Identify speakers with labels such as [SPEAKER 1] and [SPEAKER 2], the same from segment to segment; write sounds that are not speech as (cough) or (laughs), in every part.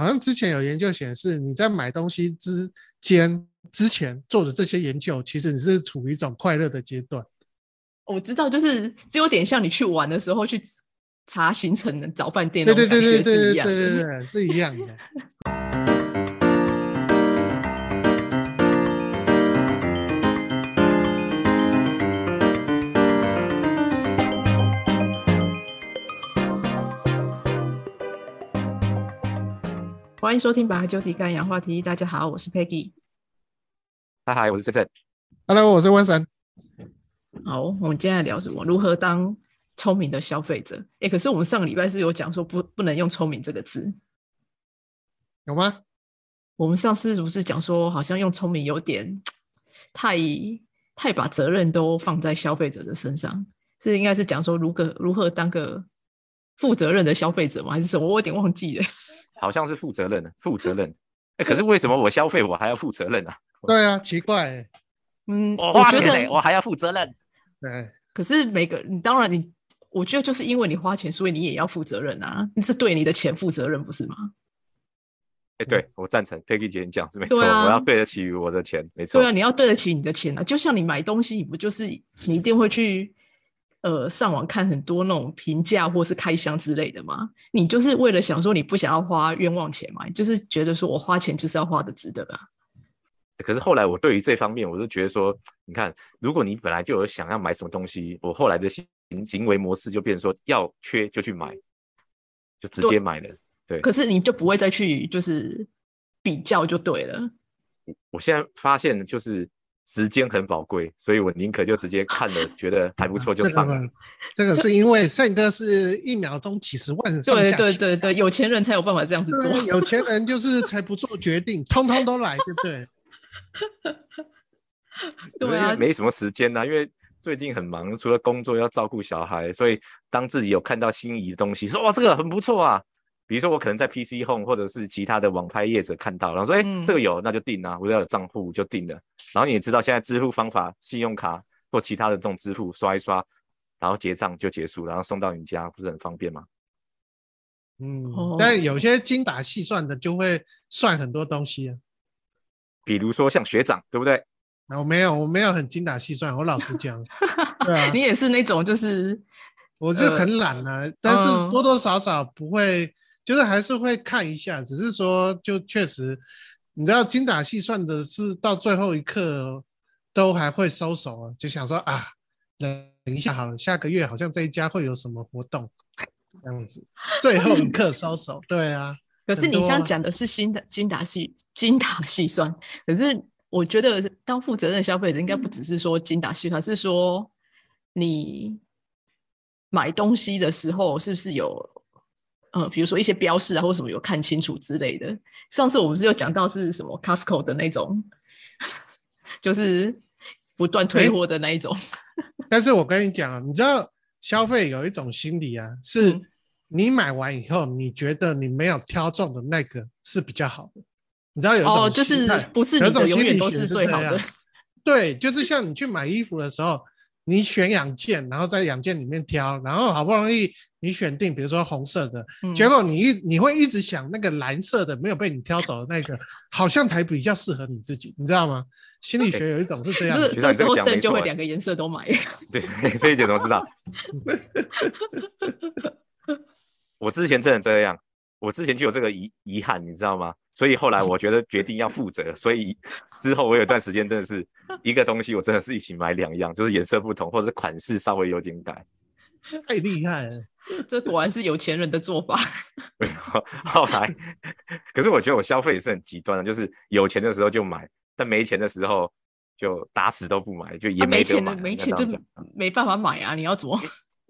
[SPEAKER 1] 好像之前有研究显示，你在买东西之间之前做的这些研究，其实你是处于一种快乐的阶段。
[SPEAKER 2] 我知道，就是只有点像你去玩的时候去查行程的、找饭店那
[SPEAKER 1] 对对
[SPEAKER 2] 种
[SPEAKER 1] 对对
[SPEAKER 2] 感觉
[SPEAKER 1] 对
[SPEAKER 2] 是
[SPEAKER 1] 对
[SPEAKER 2] 一样的。
[SPEAKER 1] 对对，是一样的。 (laughs)
[SPEAKER 2] 欢迎收听《把酒体干氧化题》，大家好，我是 Peggy。
[SPEAKER 3] 嗨嗨，我是 Jason。
[SPEAKER 1] Hello，我是温神。
[SPEAKER 2] 好，我们今天来聊什么？如何当聪明的消费者？哎，可是我们上个礼拜是有讲说不不能用“聪明”这个字。
[SPEAKER 1] 有吗？
[SPEAKER 2] 我们上次不是讲说，好像用聪明有点太太把责任都放在消费者的身上，是应该是讲说如何如何当个负责任的消费者吗？还是什么？我有点忘记了。
[SPEAKER 3] 好像是负责任的，负责任。哎、
[SPEAKER 2] 嗯
[SPEAKER 3] 可是为什么我消费我还要负责任啊？
[SPEAKER 1] 对啊，奇怪欸、
[SPEAKER 2] 嗯，
[SPEAKER 3] 我花
[SPEAKER 2] 觉
[SPEAKER 3] 钱
[SPEAKER 2] 得
[SPEAKER 3] 嘞、我还要负责任。
[SPEAKER 1] 对，
[SPEAKER 2] 可是每个你当然你，我觉得就是因为你花钱，所以你也要负责任啊，你是对你的钱负责任，不是吗？
[SPEAKER 3] 哎、对我赞成 Peggy 姐你讲是没
[SPEAKER 2] 对
[SPEAKER 3] 错，
[SPEAKER 2] 啊
[SPEAKER 3] 我要对得起我的钱，没错。
[SPEAKER 2] 对啊，你要对得起你的钱啊！就像你买东西，你不就是你一定会去呃上网看很多那种评价或是开箱之类的吗？你就是为了想说你不想要花冤枉钱嘛，你就是觉得说我花钱就是要花的值得啊。
[SPEAKER 3] 可是后来我对于这方面，我就觉得说，你看，如果你本来就有想要买什么东西，我后来的行行为模式就变成说，要缺就去买，就直接买了。对
[SPEAKER 2] 可是你就不会再去就是比较就对了。
[SPEAKER 3] 我现在发现就是时间很宝贵，所以我宁可就直接看了，觉得还不错就
[SPEAKER 1] 啊这
[SPEAKER 3] 上
[SPEAKER 1] 个
[SPEAKER 3] 了。
[SPEAKER 1] 是这个是因为圣哥是一秒钟几十万上
[SPEAKER 2] 对
[SPEAKER 1] 下
[SPEAKER 2] 对
[SPEAKER 1] 起
[SPEAKER 2] 对对，有钱人才有办法这样子做。
[SPEAKER 1] 对，啊有钱人就是才不做决定，通通都来，对不对？
[SPEAKER 3] 可是
[SPEAKER 2] 对
[SPEAKER 3] 因为
[SPEAKER 2] 啊，
[SPEAKER 3] 没什么时间呐、因为最近很忙，除了工作要照顾小孩，所以当自己有看到心仪的东西，说哇这个很不错啊，比如说我可能在 PC Home 或者是其他的网拍业者看到，然后说哎、诶
[SPEAKER 2] 嗯
[SPEAKER 3] 这个有，那就定啊，我要有账户就定了。然后你也知道现在支付方法，信用卡或其他的这种支付刷一刷，然后结账就结束，然后送到你家，不是很方便吗？
[SPEAKER 1] 嗯
[SPEAKER 2] 哦，
[SPEAKER 1] 但有些精打细算的就会算很多东西啊。
[SPEAKER 3] 比如说像学长，对不对？
[SPEAKER 1] 啊我没有，我没有很精打细算，我老实
[SPEAKER 2] (laughs)
[SPEAKER 1] 讲，对啊
[SPEAKER 2] 你，也是那种就是
[SPEAKER 1] 我是很懒啊，但是
[SPEAKER 2] 呃嗯
[SPEAKER 1] 多多少少不会，就是还是会看一下，只是说就确实，你知道精打细算的是到最后一刻都还会收手啊，就想说啊，忍一下好了，下个月好像这一家会有什么活动，这样子，最后一刻收手，对啊，
[SPEAKER 2] 可是
[SPEAKER 1] 很
[SPEAKER 2] 你
[SPEAKER 1] 多
[SPEAKER 2] 像
[SPEAKER 1] 啊
[SPEAKER 2] 讲的是新的精打细精打细算，可是我觉得当负责任的消费者应该不只是说精打细算，是说你买东西的时候是不是有呃，比如说一些标示啊或什么有看清楚之类的。上次我们是有讲到是什么 Costco 的那种，就是不断退
[SPEAKER 1] 诶
[SPEAKER 2] 货的那一种，
[SPEAKER 1] 但是我跟你讲啊，你知道消费有一种心理啊，是
[SPEAKER 2] 嗯
[SPEAKER 1] 你买完以后，你觉得你没有挑中的那个是比较好的。你知道有一种
[SPEAKER 2] 哦就是
[SPEAKER 1] 心态
[SPEAKER 2] 不是
[SPEAKER 1] 有一
[SPEAKER 2] 你的
[SPEAKER 1] 种
[SPEAKER 2] 永
[SPEAKER 1] 心
[SPEAKER 2] 远
[SPEAKER 1] 理
[SPEAKER 2] 都
[SPEAKER 1] 学
[SPEAKER 2] 是
[SPEAKER 1] 是
[SPEAKER 2] 最
[SPEAKER 1] 这
[SPEAKER 2] 好的
[SPEAKER 1] 样。对，就是像你去买衣服的时候，你选两件，然后在两件里面挑，然后好不容易你选定，比如说红色的，
[SPEAKER 2] 嗯
[SPEAKER 1] 结果你一你会一直想那个蓝色的没有被你挑走的那个，好像才比较适合你自己，你知道吗？心理学有一种是这样
[SPEAKER 2] 这
[SPEAKER 1] 的。
[SPEAKER 2] 个
[SPEAKER 3] 学
[SPEAKER 2] 这
[SPEAKER 3] 长你
[SPEAKER 2] 时
[SPEAKER 3] 这个
[SPEAKER 2] 候
[SPEAKER 3] 讲没
[SPEAKER 2] 肾就
[SPEAKER 3] 错欸
[SPEAKER 2] 会
[SPEAKER 3] 诶
[SPEAKER 2] 两个颜色都买。
[SPEAKER 3] 对， (laughs) 这一点我
[SPEAKER 2] (laughs)
[SPEAKER 3] 知道。我之前真的这样，我之前就有这个遗遗憾，你知道吗？所以后来我觉得决定要负责， (laughs) 所以之后我有一段时间真的是一个东西，我真的是一起买两样，就是颜色不同，或者是款式稍微有点改。 (laughs)
[SPEAKER 1] 太厉害了。
[SPEAKER 2] 这果然是有钱人的做
[SPEAKER 3] (laughs)
[SPEAKER 2] 法。啊
[SPEAKER 3] 后来， (laughs) 可是我觉得我消费也是很极端的，啊就是有钱的时候就买，但没钱的时候就打死都不买，就也
[SPEAKER 2] 啊没
[SPEAKER 3] 没得
[SPEAKER 2] 钱
[SPEAKER 3] 买
[SPEAKER 2] 的
[SPEAKER 3] 啊。
[SPEAKER 2] 没
[SPEAKER 3] 应该
[SPEAKER 2] 钱
[SPEAKER 3] 这
[SPEAKER 2] 就
[SPEAKER 3] 样讲
[SPEAKER 2] 没办法买啊！你要怎么？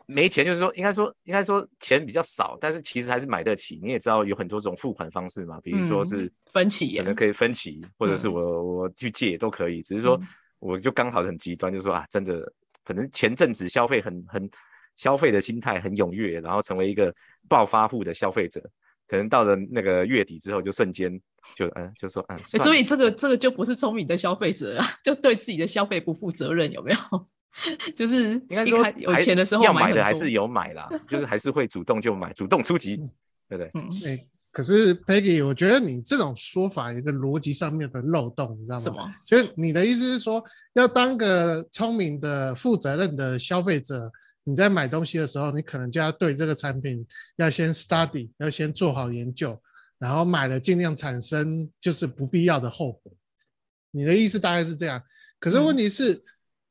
[SPEAKER 3] 没钱，就是说，应该说，应该说钱比较少，但是其实还是买得起。你也知道有很多种付款方式嘛，比如说
[SPEAKER 2] 嗯
[SPEAKER 3] 是
[SPEAKER 2] 分期耶
[SPEAKER 3] 可能可以分期，或者是
[SPEAKER 2] 嗯
[SPEAKER 3] 我、我去借都可以。只是说
[SPEAKER 2] 嗯，
[SPEAKER 3] 我就刚好很极端，就是说啊，真的可能前阵子消费很很消费的心态很踊跃，然后成为一个暴发户的消费者。可能到了那个月底之后，就瞬间就嗯，就说嗯，算
[SPEAKER 2] 所
[SPEAKER 3] 了
[SPEAKER 2] 以这个这个就不是聪明的消费者啊， (laughs) 就对自己的消费不负责任，有没有？ (laughs) 就是
[SPEAKER 3] 应该
[SPEAKER 2] 一
[SPEAKER 3] 说
[SPEAKER 2] 开有
[SPEAKER 3] 还
[SPEAKER 2] 钱的时候
[SPEAKER 3] 要
[SPEAKER 2] 买
[SPEAKER 3] 买的
[SPEAKER 2] 很
[SPEAKER 3] 还
[SPEAKER 2] 多
[SPEAKER 3] 是有买啦，就是还是会主动就买，主动出击，对不对？
[SPEAKER 2] 嗯，
[SPEAKER 1] 对，哎可是 Peggy，我觉得你这种说法有一个逻辑上面的漏洞，你知道吗？
[SPEAKER 2] 什么？
[SPEAKER 1] 所以你的意思是说，要当个聪明的、负责任的消费者，你在买东西的时候，你可能就要对这个产品要先 study，要先做好研究，然后买了尽量产生就是不必要的后悔。你的意思大概是这样，可是问题是，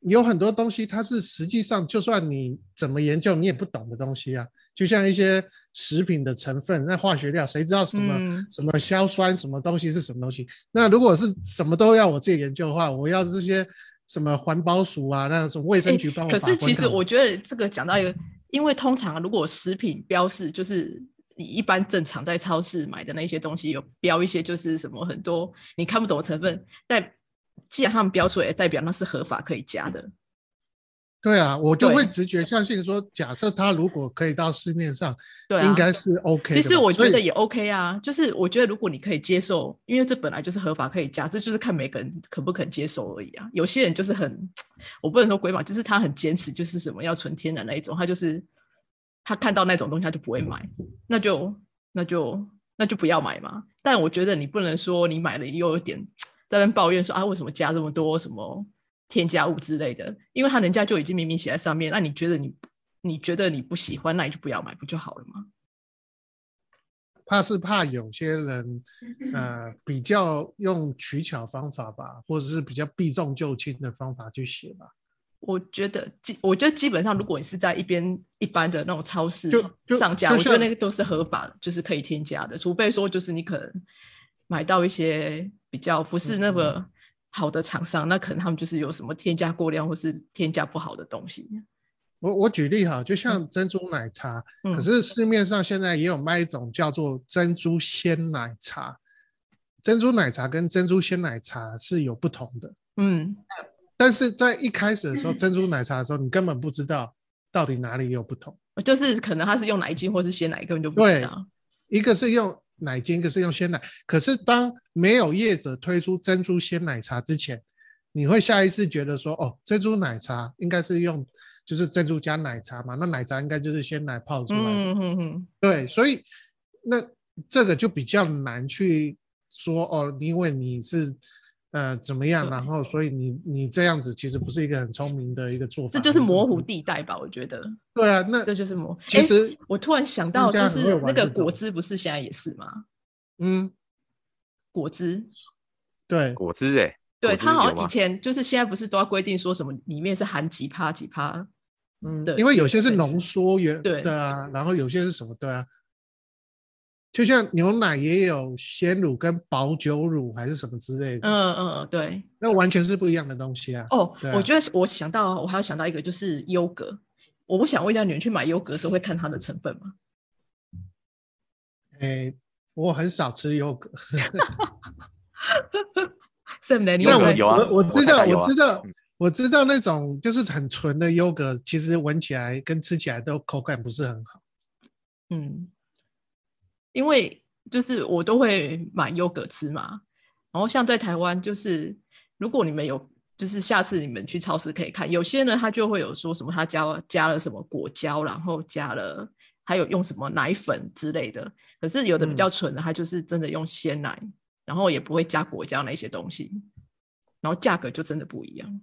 [SPEAKER 1] 有很多东西它是实际上就算你怎么研究，你也不懂的东西啊。就像一些食品的成分，那化学料，谁知道什么、
[SPEAKER 2] 嗯
[SPEAKER 1] 什么硝酸什么东西是什么东西？那如果是什么都要我自己研究的话，我要这些什么环保署啊，那什么卫生局帮我把
[SPEAKER 2] 哎可
[SPEAKER 1] 关干嘛、
[SPEAKER 2] 是其实我觉得这个讲到一个，因为通常如果食品标示就是你一般正常在超市买的那些东西有标一些就是什么很多你看不懂的成分，但既然他们标出来，代表那是合法可以加的。
[SPEAKER 1] 对啊，我就会
[SPEAKER 2] 对
[SPEAKER 1] 直觉相信说，假设它如果可以到市面上，
[SPEAKER 2] 对啊，
[SPEAKER 1] 应该是 OK 的吧。
[SPEAKER 2] 其实我
[SPEAKER 1] 所
[SPEAKER 2] 觉
[SPEAKER 1] 以
[SPEAKER 2] 得也 OK 啊，就是我觉得如果你可以接受，因为这本来就是合法可以加，这就是看每个人肯不肯接受而已啊。有些人就是很，我不能说鬼马，就是他很坚持，就是什么要纯天然那一种，他就是他看到那种东西他就不会买，那就那就那就不要买嘛。但我觉得你不能说你买了又有点在那边抱怨说啊为什么加这么多什么添加物之类的，因为他人家就已经明明写在上面，那你觉得你你觉得你不喜欢，那你就不要买不就好了吗？
[SPEAKER 1] 怕是怕有些人，呃，比较用取巧方法吧，或者是比较避重就轻的方法去写吧。
[SPEAKER 2] 我觉得基，我觉得基本上，如果你是在一边一般的那种超市
[SPEAKER 1] 就就
[SPEAKER 2] 上架，
[SPEAKER 1] 就
[SPEAKER 2] 我觉得
[SPEAKER 1] 像
[SPEAKER 2] 那个都是合法的，就是可以添加的，除非说就是你可能买到一些比较不是那么
[SPEAKER 1] 嗯
[SPEAKER 2] 好的厂商，那可能他们就是有什么添加过量或是添加不好的东西。
[SPEAKER 1] 我我举例哈，就像珍珠奶茶，
[SPEAKER 2] 嗯，
[SPEAKER 1] 可是市面上现在也有卖一种叫做珍珠鲜奶茶。珍珠奶茶跟珍珠鲜奶茶是有不同的，
[SPEAKER 2] 嗯，
[SPEAKER 1] 但是在一开始的时候，珍珠奶茶的时候，你根本不知道到底哪里有不同。
[SPEAKER 2] 就是可能他是用奶精或是鲜奶，根本就不
[SPEAKER 1] 对
[SPEAKER 2] 知道。
[SPEAKER 1] 一个是用奶精，一个是用鲜奶。可是当没有业者推出珍珠鲜奶茶之前，你会下意识觉得说，哦，珍珠奶茶应该是用就是珍珠加奶茶嘛，那奶茶应该就是鲜奶泡出来的。啊
[SPEAKER 2] 嗯嗯嗯，
[SPEAKER 1] 对，所以那这个就比较难去说哦，因为你是呃怎么样，
[SPEAKER 2] 对
[SPEAKER 1] 然后所以你你这样子其实不是一个很聪明的一个做法，
[SPEAKER 2] 这就是
[SPEAKER 1] 还什么
[SPEAKER 2] 模糊。地带吧？我觉得
[SPEAKER 1] 对啊，那
[SPEAKER 2] 这就是模糊。
[SPEAKER 1] 其
[SPEAKER 2] 诶
[SPEAKER 1] 实
[SPEAKER 2] 我突然想
[SPEAKER 1] 私
[SPEAKER 2] 到，
[SPEAKER 1] 下
[SPEAKER 2] 就
[SPEAKER 1] 很会
[SPEAKER 2] 是那
[SPEAKER 1] 玩
[SPEAKER 2] 个
[SPEAKER 1] 这种
[SPEAKER 2] 果汁，不是现在也是吗？
[SPEAKER 1] 嗯，
[SPEAKER 2] 果汁
[SPEAKER 1] 对
[SPEAKER 3] 果汁哎、
[SPEAKER 2] 对
[SPEAKER 3] 果汁
[SPEAKER 2] 他好
[SPEAKER 3] 有
[SPEAKER 2] 像
[SPEAKER 1] 啊
[SPEAKER 3] 吗
[SPEAKER 2] 以前就是现在不是都要规定说什么里面是含几趴几趴？
[SPEAKER 1] 嗯
[SPEAKER 2] 的，
[SPEAKER 1] 因为有些是
[SPEAKER 2] 对
[SPEAKER 1] 浓缩原
[SPEAKER 2] 对
[SPEAKER 1] 的啊，然后有些是什么对啊。就像牛奶也有鲜乳跟保酒乳还是什么之类的，
[SPEAKER 2] 嗯嗯嗯，对。
[SPEAKER 1] 那完全是不一样的东西啊。
[SPEAKER 2] 哦，
[SPEAKER 1] 对啊
[SPEAKER 2] 我觉得我想到，我还要想到一个就是优格。我不想问一下，你们去买优格的时候会看它的成分吗？
[SPEAKER 1] 诶，哎我很少吃优格，
[SPEAKER 2] 是没？你
[SPEAKER 3] 优
[SPEAKER 1] 那
[SPEAKER 3] 格
[SPEAKER 2] 在
[SPEAKER 1] 我
[SPEAKER 3] 有啊
[SPEAKER 1] 我我
[SPEAKER 3] 我
[SPEAKER 1] 知
[SPEAKER 3] 太
[SPEAKER 1] 道，
[SPEAKER 3] 太有
[SPEAKER 1] 我
[SPEAKER 3] 啊
[SPEAKER 1] 知道
[SPEAKER 3] 嗯，
[SPEAKER 1] 我知道那种就是很纯的优格，其实闻起来跟吃起来都口感不是很好。
[SPEAKER 2] 嗯，因为就是我都会买优格吃嘛。然后像在台湾，就是如果你们有，就是下次你们去超市可以看，有些呢他就会有说什么他加加了什么果胶，然后加了还有用什么奶粉之类的。可是有的比
[SPEAKER 1] 嗯
[SPEAKER 2] 较蠢的，他就是真的用鲜奶，然后也不会加果胶那些东西，然后价格就真的不一样。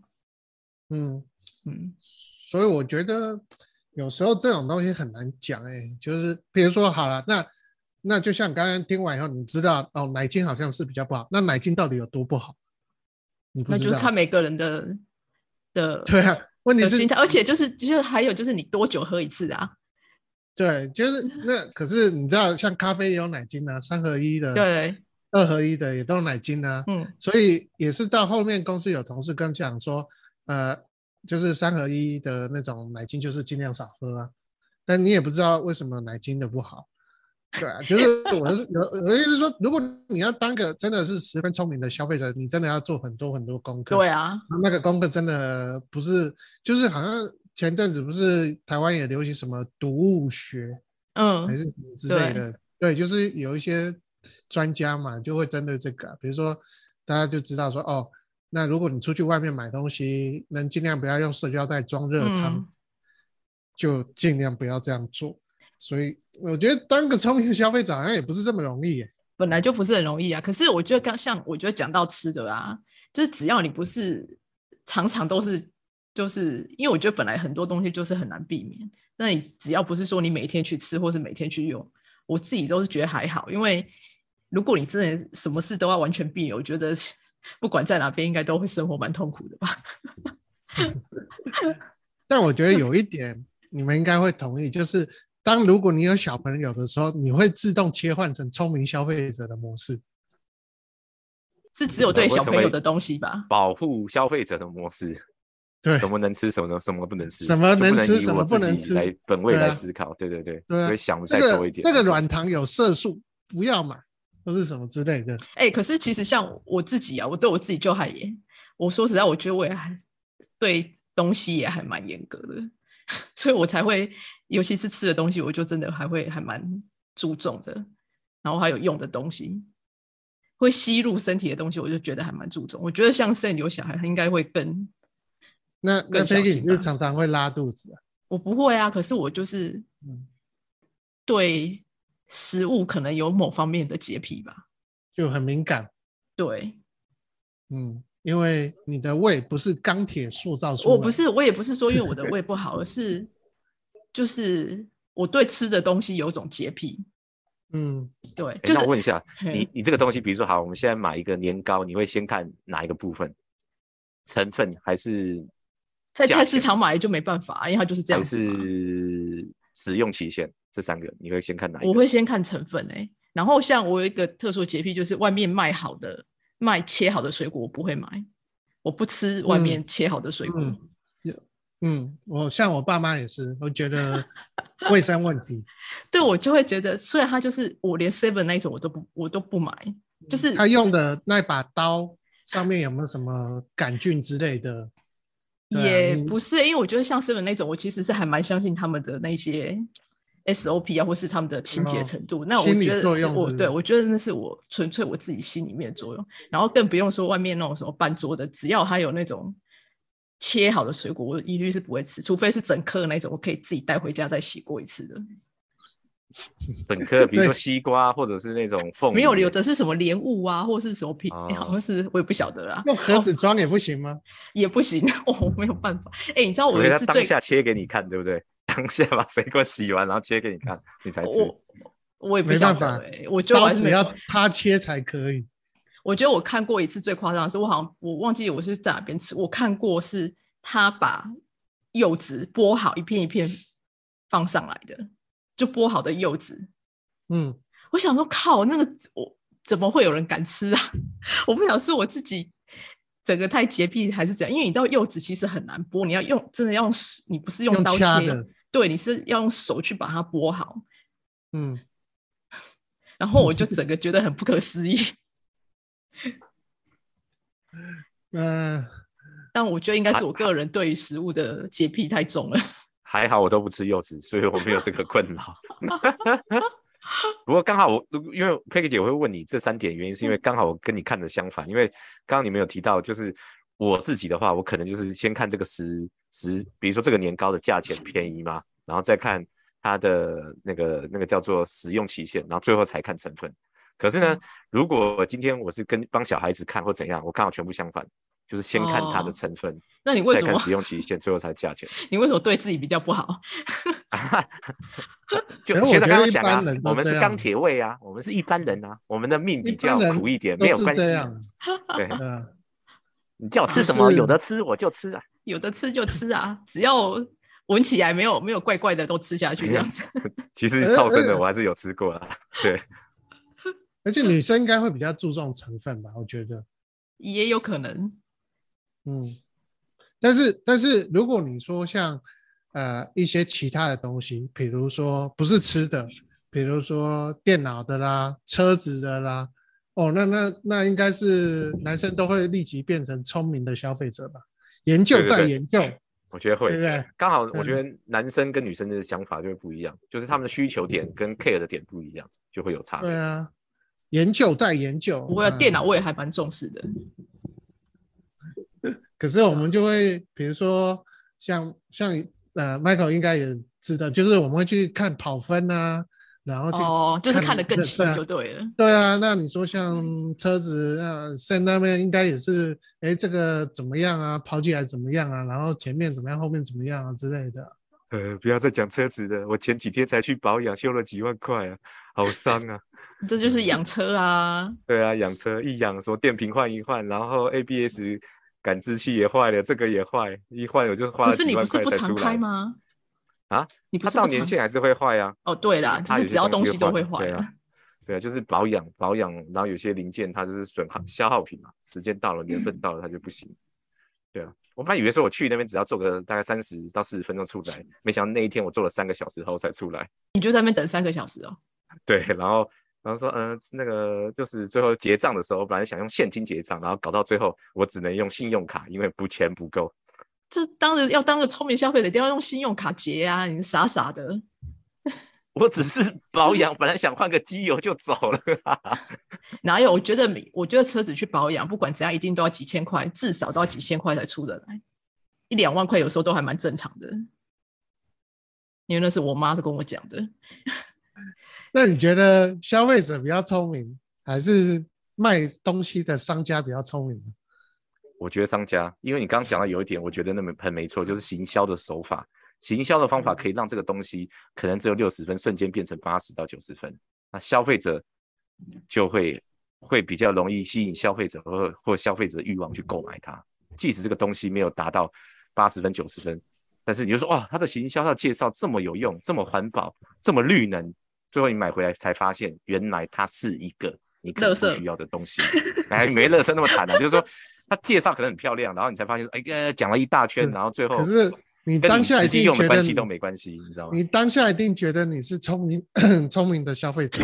[SPEAKER 1] 嗯，
[SPEAKER 2] 嗯，
[SPEAKER 1] 所以我觉得有时候这种东西很难讲哎、就是比如说好了，那那就像刚刚听完以后，你知道哦，奶精好像是比较不好，那奶精到底有多不好？你不
[SPEAKER 2] 那就
[SPEAKER 1] 知
[SPEAKER 2] 是
[SPEAKER 1] 道？
[SPEAKER 2] 看每个人的的
[SPEAKER 1] 对啊，问题
[SPEAKER 2] 的
[SPEAKER 1] 是
[SPEAKER 2] 心态，而且就是就是还有就是你多久喝一次啊？
[SPEAKER 1] 对，就是那可是你知道，像咖啡也有奶精啊，三合一的，，
[SPEAKER 2] 对，
[SPEAKER 1] 二合一的也都有奶精啊，
[SPEAKER 2] 嗯
[SPEAKER 1] 所以也是到后面公司有同事跟讲说，呃，就是三合一的那种奶精，就是尽量少喝啊。但你也不知道为什么奶精的不好，对啊，就是我是有我的意思是说，如果你要当个真的是十分聪明的消费者，你真的要做很多很多功，课。
[SPEAKER 2] 对啊，
[SPEAKER 1] 那个功课真的不是，就是好像前阵子不是台湾也流行什么毒物学，
[SPEAKER 2] 嗯
[SPEAKER 1] 还是什么之类的。对，就是有一些专家嘛，就会针对这个啊，比如说大家就知道说，哦，那如果你出去外面买东西，能尽量不要用塑胶袋装热汤，
[SPEAKER 2] 嗯
[SPEAKER 1] 就尽量不要这样做。所以我觉得当个聪明的消费者好像也不是这么容易耶。
[SPEAKER 2] 本来就不是很容易啊。可是我觉得刚像我觉得讲到吃的啊，就是只要你不是常常都是，就是因为我觉得本来很多东西就是很难避免。那你只要不是说你每天去吃或是每天去用，我自己都是觉得还好。因为如果你真的什么事都要完全避免，我觉得 (laughs) 不管在哪边应该都会生活蛮痛苦的吧。
[SPEAKER 1] 但我觉得有一点你们应该会同意，就是当如果你有小朋友的时候，你会自动切换成聪明消费者的模式。
[SPEAKER 2] 是只有
[SPEAKER 3] 啊我
[SPEAKER 2] 对小
[SPEAKER 3] 会成
[SPEAKER 2] 朋友
[SPEAKER 3] 为
[SPEAKER 2] 的东西吧？
[SPEAKER 3] 保护消费者的模式，
[SPEAKER 1] 对，
[SPEAKER 3] 什么能吃，什么能什么不能吃，
[SPEAKER 1] 什么
[SPEAKER 3] 是
[SPEAKER 1] 能
[SPEAKER 3] 不
[SPEAKER 1] 吃
[SPEAKER 3] 能以
[SPEAKER 1] 什么
[SPEAKER 3] 我
[SPEAKER 1] 不
[SPEAKER 3] 自
[SPEAKER 1] 能
[SPEAKER 3] 己
[SPEAKER 1] 吃
[SPEAKER 3] 来本位
[SPEAKER 1] 对
[SPEAKER 3] 来
[SPEAKER 1] 啊
[SPEAKER 3] 思考，对对对，
[SPEAKER 1] 对啊
[SPEAKER 3] 会想的
[SPEAKER 1] 这
[SPEAKER 3] 再多
[SPEAKER 1] 个
[SPEAKER 3] 一点。
[SPEAKER 1] 那个
[SPEAKER 3] 没错
[SPEAKER 1] 软糖有色素，不要买，或是什么之类的。
[SPEAKER 2] 哎、可是其实像我自己啊，我对我自己就还严。我说实在，我觉得我也还对东西也还蛮严格的， (laughs) 所以我才会，尤其是吃的东西，我就真的还会还蛮注重的。然后还有用的东西，会吸入身体的东西，我就觉得还蛮注重。我觉得像 Sam 有小孩，他应该会更
[SPEAKER 1] 那那
[SPEAKER 2] 更小
[SPEAKER 1] Peggy
[SPEAKER 2] 心啊
[SPEAKER 1] 你就
[SPEAKER 2] 吧
[SPEAKER 1] 常常会拉肚子啊、
[SPEAKER 2] 我不会啊，可是我就是
[SPEAKER 1] 嗯
[SPEAKER 2] 对食物可能有某方面的洁癖吧。
[SPEAKER 1] 就很敏感。
[SPEAKER 2] 对，
[SPEAKER 1] 嗯，因为你的胃不是钢铁塑造出来的，
[SPEAKER 2] 我不是，我也不是说因为我
[SPEAKER 3] (laughs)
[SPEAKER 2] 的胃不好，而是就是我对吃的东西有种洁癖。
[SPEAKER 1] 嗯，
[SPEAKER 2] 对，
[SPEAKER 3] 诶
[SPEAKER 2] 就
[SPEAKER 3] 那
[SPEAKER 2] 是
[SPEAKER 3] 我问一下，
[SPEAKER 2] 嘿
[SPEAKER 3] 你你这个东西，比如说好，我们现在买一个年糕，你会先看哪一个部分？成分还是
[SPEAKER 2] 在
[SPEAKER 3] 价
[SPEAKER 2] 菜市
[SPEAKER 3] 钱
[SPEAKER 2] 场买就没办法，因为它就是这
[SPEAKER 3] 还
[SPEAKER 2] 样子嘛。
[SPEAKER 3] 是使用期限？这三个你会先看哪一
[SPEAKER 2] 我
[SPEAKER 3] 个？
[SPEAKER 2] 会先看成分哎、然后像我有一个特殊洁癖，就是外面卖好的、卖切好的水果我不会买，我不吃外
[SPEAKER 1] 嗯
[SPEAKER 2] 面切好的水果。
[SPEAKER 1] 嗯嗯，我像我爸妈也是，我觉
[SPEAKER 2] (laughs)
[SPEAKER 1] 得卫生问题，
[SPEAKER 2] 对我就会觉得，虽然它就是我连 Seven 那一种我都不我都不买，就是
[SPEAKER 1] 他用的那把刀上面有没有什么杆菌之类的？对啊
[SPEAKER 2] 也
[SPEAKER 1] 你
[SPEAKER 2] 不是，因为我觉得像 Seven 那种，我其实是还蛮相信他们的那些 SOP 啊，或是他们的清洁
[SPEAKER 1] 哦
[SPEAKER 2] 程度。那我
[SPEAKER 1] 心理
[SPEAKER 2] 觉得
[SPEAKER 1] 作用
[SPEAKER 2] 我
[SPEAKER 1] 是不
[SPEAKER 2] 对
[SPEAKER 1] 是
[SPEAKER 2] 我觉得那是我纯粹我自己心里面的作用，然后更不用说外面那种什么半桌的，只要它有那种切好的水果，我一律是不会吃，除非是整颗的那种，我可以自己带回家再洗过一次的。
[SPEAKER 3] 整
[SPEAKER 1] (laughs)
[SPEAKER 3] 颗，比如
[SPEAKER 1] 对
[SPEAKER 3] 说西瓜，或者是那种凤梨，
[SPEAKER 2] 没有有的是什么莲雾啊，或是什么苹，哎好
[SPEAKER 3] 哦
[SPEAKER 2] 像是我也不晓得啦，
[SPEAKER 1] 用盒子装也不行吗？
[SPEAKER 2] 也不行， (laughs) 我没有办法。哎、你知道
[SPEAKER 3] 除
[SPEAKER 2] 我
[SPEAKER 3] 非
[SPEAKER 2] 有一
[SPEAKER 3] 他
[SPEAKER 2] 次
[SPEAKER 3] 当
[SPEAKER 2] 最
[SPEAKER 3] 下切给你看，对不对？当下把水果洗完，然后切给你看，你才吃。
[SPEAKER 2] 我我也不
[SPEAKER 1] 没
[SPEAKER 2] 晓
[SPEAKER 1] 办法
[SPEAKER 2] 得、欸，我就
[SPEAKER 1] 刀
[SPEAKER 2] 还是
[SPEAKER 1] 子
[SPEAKER 2] 没有
[SPEAKER 1] 要他切才可以。
[SPEAKER 2] 我觉得我看过一次最夸张的是，我好像我忘记我是在哪边吃，我看过是他把柚子剥好一片一片放上来的，就剥好的柚子。
[SPEAKER 1] 嗯，
[SPEAKER 2] 我想说，靠，那个我怎么会有人敢吃啊？ (laughs) 我不想是我自己整个太洁癖还是怎样？因为你知道柚子其实很难剥，你要用真的要用手你不是用
[SPEAKER 1] 用
[SPEAKER 2] 刀
[SPEAKER 1] 掐
[SPEAKER 2] 切
[SPEAKER 1] 的，
[SPEAKER 2] 对，你是要用手去把它剥好。
[SPEAKER 1] 嗯，
[SPEAKER 2] 然后
[SPEAKER 1] (laughs)
[SPEAKER 2] 我就整个觉得很不可思议， (laughs)
[SPEAKER 1] 呃，
[SPEAKER 2] 但我觉得应该是我个人对于食物的洁癖太重了。
[SPEAKER 3] 还好我都不吃柚子，所以我没有这个困扰。
[SPEAKER 2] (laughs)
[SPEAKER 3] 不过刚好我如因为佩克姐会问你这三点原因，是
[SPEAKER 2] 嗯
[SPEAKER 3] 因为刚好我跟你看的相反。因为刚刚你们有提到，就是我自己的话，我可能就是先看这个食食，比如说这个年糕的价钱便宜吗？然后再看它的那个那个叫做使用期限，然后最后才看成分。可是呢
[SPEAKER 2] 嗯，
[SPEAKER 3] 如果今天我是跟帮小孩子看或怎样，我刚好全部相反，就是先看它的
[SPEAKER 2] 哦
[SPEAKER 3] 成分，
[SPEAKER 2] 那你为
[SPEAKER 3] 再
[SPEAKER 2] 什么
[SPEAKER 3] 看使用期限，最后才价钱。
[SPEAKER 2] (laughs) 你为什么对自己比较不好？
[SPEAKER 3] 就
[SPEAKER 1] 可是我
[SPEAKER 3] 学
[SPEAKER 1] 觉
[SPEAKER 3] 长
[SPEAKER 1] 得
[SPEAKER 3] 刚刚
[SPEAKER 1] 一
[SPEAKER 3] 讲啊
[SPEAKER 1] 般人，都
[SPEAKER 3] 我们
[SPEAKER 1] 这
[SPEAKER 3] 是
[SPEAKER 1] 样
[SPEAKER 3] 钢铁胃啊，我们是一般人啊，我们的命
[SPEAKER 1] 一
[SPEAKER 3] 比
[SPEAKER 1] 般
[SPEAKER 3] 较
[SPEAKER 1] 人
[SPEAKER 3] 苦一点，没有
[SPEAKER 1] 都
[SPEAKER 3] 关
[SPEAKER 1] 是
[SPEAKER 3] 系
[SPEAKER 1] 这。样， (laughs)
[SPEAKER 3] 对，
[SPEAKER 1] 对啊，
[SPEAKER 3] 你叫我吃
[SPEAKER 1] 就
[SPEAKER 3] 什么，
[SPEAKER 1] 是
[SPEAKER 3] 有的吃我就吃
[SPEAKER 1] (laughs)
[SPEAKER 3] 啊。
[SPEAKER 2] 有的吃就吃啊，只要闻起来没有没有怪怪的都吃下去这
[SPEAKER 3] 哎
[SPEAKER 2] 样子。 (laughs)
[SPEAKER 3] 其实
[SPEAKER 1] 呃
[SPEAKER 3] 超生的
[SPEAKER 1] 呃
[SPEAKER 3] 我还是有吃过啊。对，
[SPEAKER 1] 而且女生应该会比较注重成分吧，我觉得，
[SPEAKER 2] 也有可能，
[SPEAKER 1] 嗯，但是但是如果你说像呃一些其他的东西，比如说不是吃的，比如说电脑的啦、车子的啦，哦，那那那应该是男生都会立即变成聪明的消费者吧？研究
[SPEAKER 3] 对对
[SPEAKER 1] 再
[SPEAKER 3] 对
[SPEAKER 1] 研究，
[SPEAKER 3] 我觉得
[SPEAKER 1] 对不
[SPEAKER 3] 会。
[SPEAKER 1] 对？嗯
[SPEAKER 3] 刚好我觉得男生跟女生的想法就会不一样，就是他们的需求点跟 care 的点不一样，就会有差别
[SPEAKER 1] 对。啊，研究再研究。
[SPEAKER 2] 不过
[SPEAKER 1] 嗯
[SPEAKER 2] 电脑我也还蛮重视的。
[SPEAKER 1] 可是我们就会，比如说像像呃，Michael 应该也知道，就是我们会去看跑分啊，然后去
[SPEAKER 2] 哦，就是看
[SPEAKER 1] 看
[SPEAKER 2] 得更
[SPEAKER 1] 对
[SPEAKER 2] 细
[SPEAKER 1] 对啊
[SPEAKER 2] 就对了。
[SPEAKER 1] 对啊，那你说像车子，那在那边应该也是，哎，这个怎么样啊？跑起来怎么样啊？然后前面怎么样，后面怎么样啊之类的。
[SPEAKER 3] 呃，不要再讲车子了，我前几天才去保养，修了几万块啊，好伤啊。
[SPEAKER 2] 这就是养车啊，
[SPEAKER 3] 对啊，养车一养，说电瓶换一换，然后 ABS 感知器也坏了，这个也坏，一换我就花
[SPEAKER 2] 不
[SPEAKER 3] 了
[SPEAKER 2] 是
[SPEAKER 3] 几
[SPEAKER 2] 你不
[SPEAKER 3] 万
[SPEAKER 2] 是
[SPEAKER 3] 块
[SPEAKER 2] 不
[SPEAKER 3] 才
[SPEAKER 2] 常
[SPEAKER 3] 出
[SPEAKER 2] 开
[SPEAKER 3] 来。
[SPEAKER 2] 吗？
[SPEAKER 3] 啊，
[SPEAKER 2] 你不
[SPEAKER 3] 它
[SPEAKER 2] 是不
[SPEAKER 3] 到年
[SPEAKER 2] 常
[SPEAKER 3] 限还是会坏啊，
[SPEAKER 2] 哦，对啦，就
[SPEAKER 3] 它
[SPEAKER 2] 是
[SPEAKER 3] 有
[SPEAKER 2] 只
[SPEAKER 3] 些
[SPEAKER 2] 要
[SPEAKER 3] 东
[SPEAKER 2] 东
[SPEAKER 3] 西
[SPEAKER 2] 西都会
[SPEAKER 3] 坏
[SPEAKER 2] 坏
[SPEAKER 3] 对啊
[SPEAKER 2] 了。
[SPEAKER 3] 对啊，就是保养保养，然后有些零件它就是损耗消耗品嘛，时间到了，年
[SPEAKER 2] 嗯
[SPEAKER 3] 份到了，它就不行。对啊，我本来以为说我去那边只要做个大概三十到四十分钟出来，没想到那一天我做了三个小时后才出来。
[SPEAKER 2] 你就在那边等三个小时哦。
[SPEAKER 3] 对，然后然后说，嗯，那个就是最后结账的时候，本来想用现金结账，然后搞到最后我只能用信用卡，因为不钱不够。
[SPEAKER 2] 这当然要当个聪明消费者，一定要用信用卡结啊！你傻傻的，
[SPEAKER 3] 我只是 (laughs) 保养，本来想换个机油就走了、
[SPEAKER 2] 哪有？我觉得每，我觉得车子去保养，不管怎样，一定都要几千块，至少都要几千块才出得来，一两万块有时候都还蛮正常的。因为那是我妈跟我讲的，
[SPEAKER 1] 那你觉得消费者比较聪明，还是卖东西的商家比较聪明呢？
[SPEAKER 3] 我觉得商家，因为你刚刚讲到有一点，我觉得那么很没错，就是行销的手法，行销的方法
[SPEAKER 2] 嗯
[SPEAKER 3] 可以让这个东西可能只有六十分，瞬间变成八十到九十分，那消费者就会会比较容易吸引消费者或或消费者欲望去购买它，即使这个东西没有达到八十分九十分，但是你就说哇，它的行销它的介绍这么有用，这么环保，这么绿能，最后你买回来才发现，原来它是一个你可能
[SPEAKER 2] 垃圾
[SPEAKER 3] 不需要的东
[SPEAKER 2] (laughs)
[SPEAKER 3] 西。哎，没乐色那么惨啊，就是说他介绍可能很漂亮，然后你才发现，哎，呃讲了一大圈，
[SPEAKER 1] 嗯
[SPEAKER 3] 然后最后
[SPEAKER 1] 可是你
[SPEAKER 3] 哦跟
[SPEAKER 1] 当
[SPEAKER 3] 你
[SPEAKER 1] 下
[SPEAKER 3] 实
[SPEAKER 1] 一
[SPEAKER 3] 际
[SPEAKER 1] 定
[SPEAKER 3] 用的
[SPEAKER 1] 觉
[SPEAKER 3] 关
[SPEAKER 1] 得
[SPEAKER 3] 系
[SPEAKER 1] 你
[SPEAKER 3] 都没啊关系，你知道吗
[SPEAKER 1] 你？当下一定觉得你是聪明 (coughs) 聪明的消费者，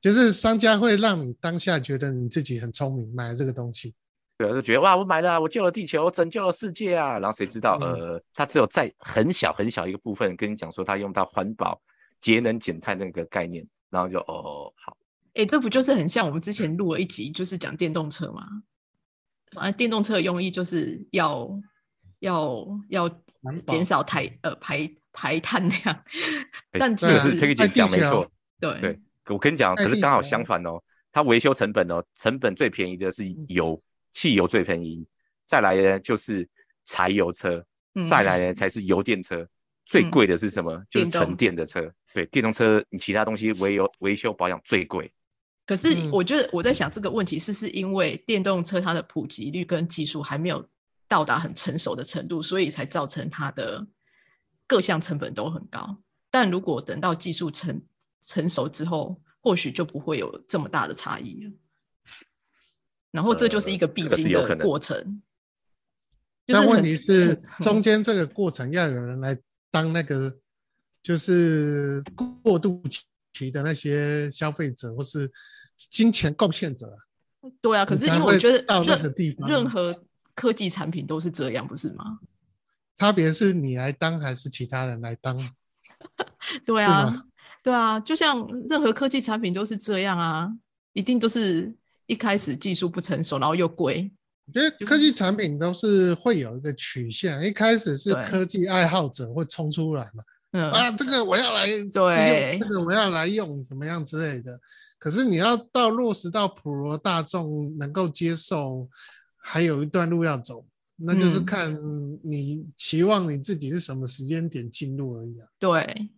[SPEAKER 1] 就是商家会让你当下觉得你自己很聪明，买了这个东西。
[SPEAKER 3] 对啊，就觉得哇，我买了啊，我救了地球，我拯救了世界啊！然后谁知道，
[SPEAKER 1] 嗯
[SPEAKER 3] 呃，他只有在很小很小一个部分跟你讲说他用到环保、节能减碳那个概念，然后就哦，好，
[SPEAKER 2] 哎、这不就是很像我们之前录了一集，就是讲电动车吗？反正电动车的用意就是要要要
[SPEAKER 1] 环保
[SPEAKER 2] 减少排呃排排碳量，
[SPEAKER 3] 哎
[SPEAKER 2] 但
[SPEAKER 3] 这
[SPEAKER 2] 就
[SPEAKER 3] 个
[SPEAKER 2] 是
[SPEAKER 3] 是 Peggy
[SPEAKER 1] 在
[SPEAKER 3] 姐
[SPEAKER 1] 地
[SPEAKER 3] 讲没
[SPEAKER 1] 球
[SPEAKER 3] 错，
[SPEAKER 2] 对
[SPEAKER 3] 对我跟你讲，
[SPEAKER 1] 在
[SPEAKER 3] 可是
[SPEAKER 1] 地
[SPEAKER 3] 刚好
[SPEAKER 1] 球
[SPEAKER 3] 相反哦，它维修成本哦，成本最便宜的是
[SPEAKER 2] 嗯
[SPEAKER 3] 油，汽油最便宜，再来呢就是柴油车，
[SPEAKER 2] 嗯
[SPEAKER 3] 再来呢才是油电车，最
[SPEAKER 2] 嗯
[SPEAKER 3] 贵的是什么？就是
[SPEAKER 2] 电动
[SPEAKER 3] 纯电的车。对，电动车你其他东西维修维修保养最贵。
[SPEAKER 2] 可是
[SPEAKER 1] 嗯
[SPEAKER 2] 我觉得我在想这个问题是是因为电动车它的普及率跟技术还没有到达很成熟的程度，所以才造成它的各项成本都很高。但如果等到技术成成熟之后，或许就不会有这么大的差异了。然后这就是一个
[SPEAKER 3] 呃
[SPEAKER 2] 必
[SPEAKER 3] 这个是
[SPEAKER 2] 经
[SPEAKER 3] 有
[SPEAKER 2] 的
[SPEAKER 3] 可能
[SPEAKER 2] 过程。就
[SPEAKER 1] 但
[SPEAKER 2] 是
[SPEAKER 1] 问
[SPEAKER 2] 很嗯
[SPEAKER 1] 题是
[SPEAKER 2] 很，
[SPEAKER 1] 中间这个过程要有人来当那个，就是过渡期的那些消费者或是金钱贡献者啊，
[SPEAKER 2] 对啊，可
[SPEAKER 1] 你
[SPEAKER 2] 是因
[SPEAKER 1] 才
[SPEAKER 2] 为我
[SPEAKER 1] 会
[SPEAKER 2] 觉得
[SPEAKER 1] 到那个
[SPEAKER 2] 任
[SPEAKER 1] 地方啊
[SPEAKER 2] 任何科技产品都是这样，不是吗？
[SPEAKER 1] 差别是你来当还是其他人来当？啊
[SPEAKER 2] 对
[SPEAKER 1] 是
[SPEAKER 2] 啊
[SPEAKER 1] 吗，
[SPEAKER 2] 对啊，就像任何科技产品都是这样啊，一定都是一开始技术不成熟，然后又贵。
[SPEAKER 1] 我觉得科技产品都是会有一个曲线，一开始是
[SPEAKER 2] 对
[SPEAKER 1] 科技爱好者会冲出来嘛，
[SPEAKER 2] (laughs) 嗯，
[SPEAKER 1] 啊，这个我要来试
[SPEAKER 2] 对
[SPEAKER 1] 用，这个我要来用，怎么样之类的。可是你要到落实到普罗大众能够接受，还有一段路要走，那就是
[SPEAKER 2] 嗯
[SPEAKER 1] 看你期望你自己是什么时间点进入而已啊。
[SPEAKER 2] 对，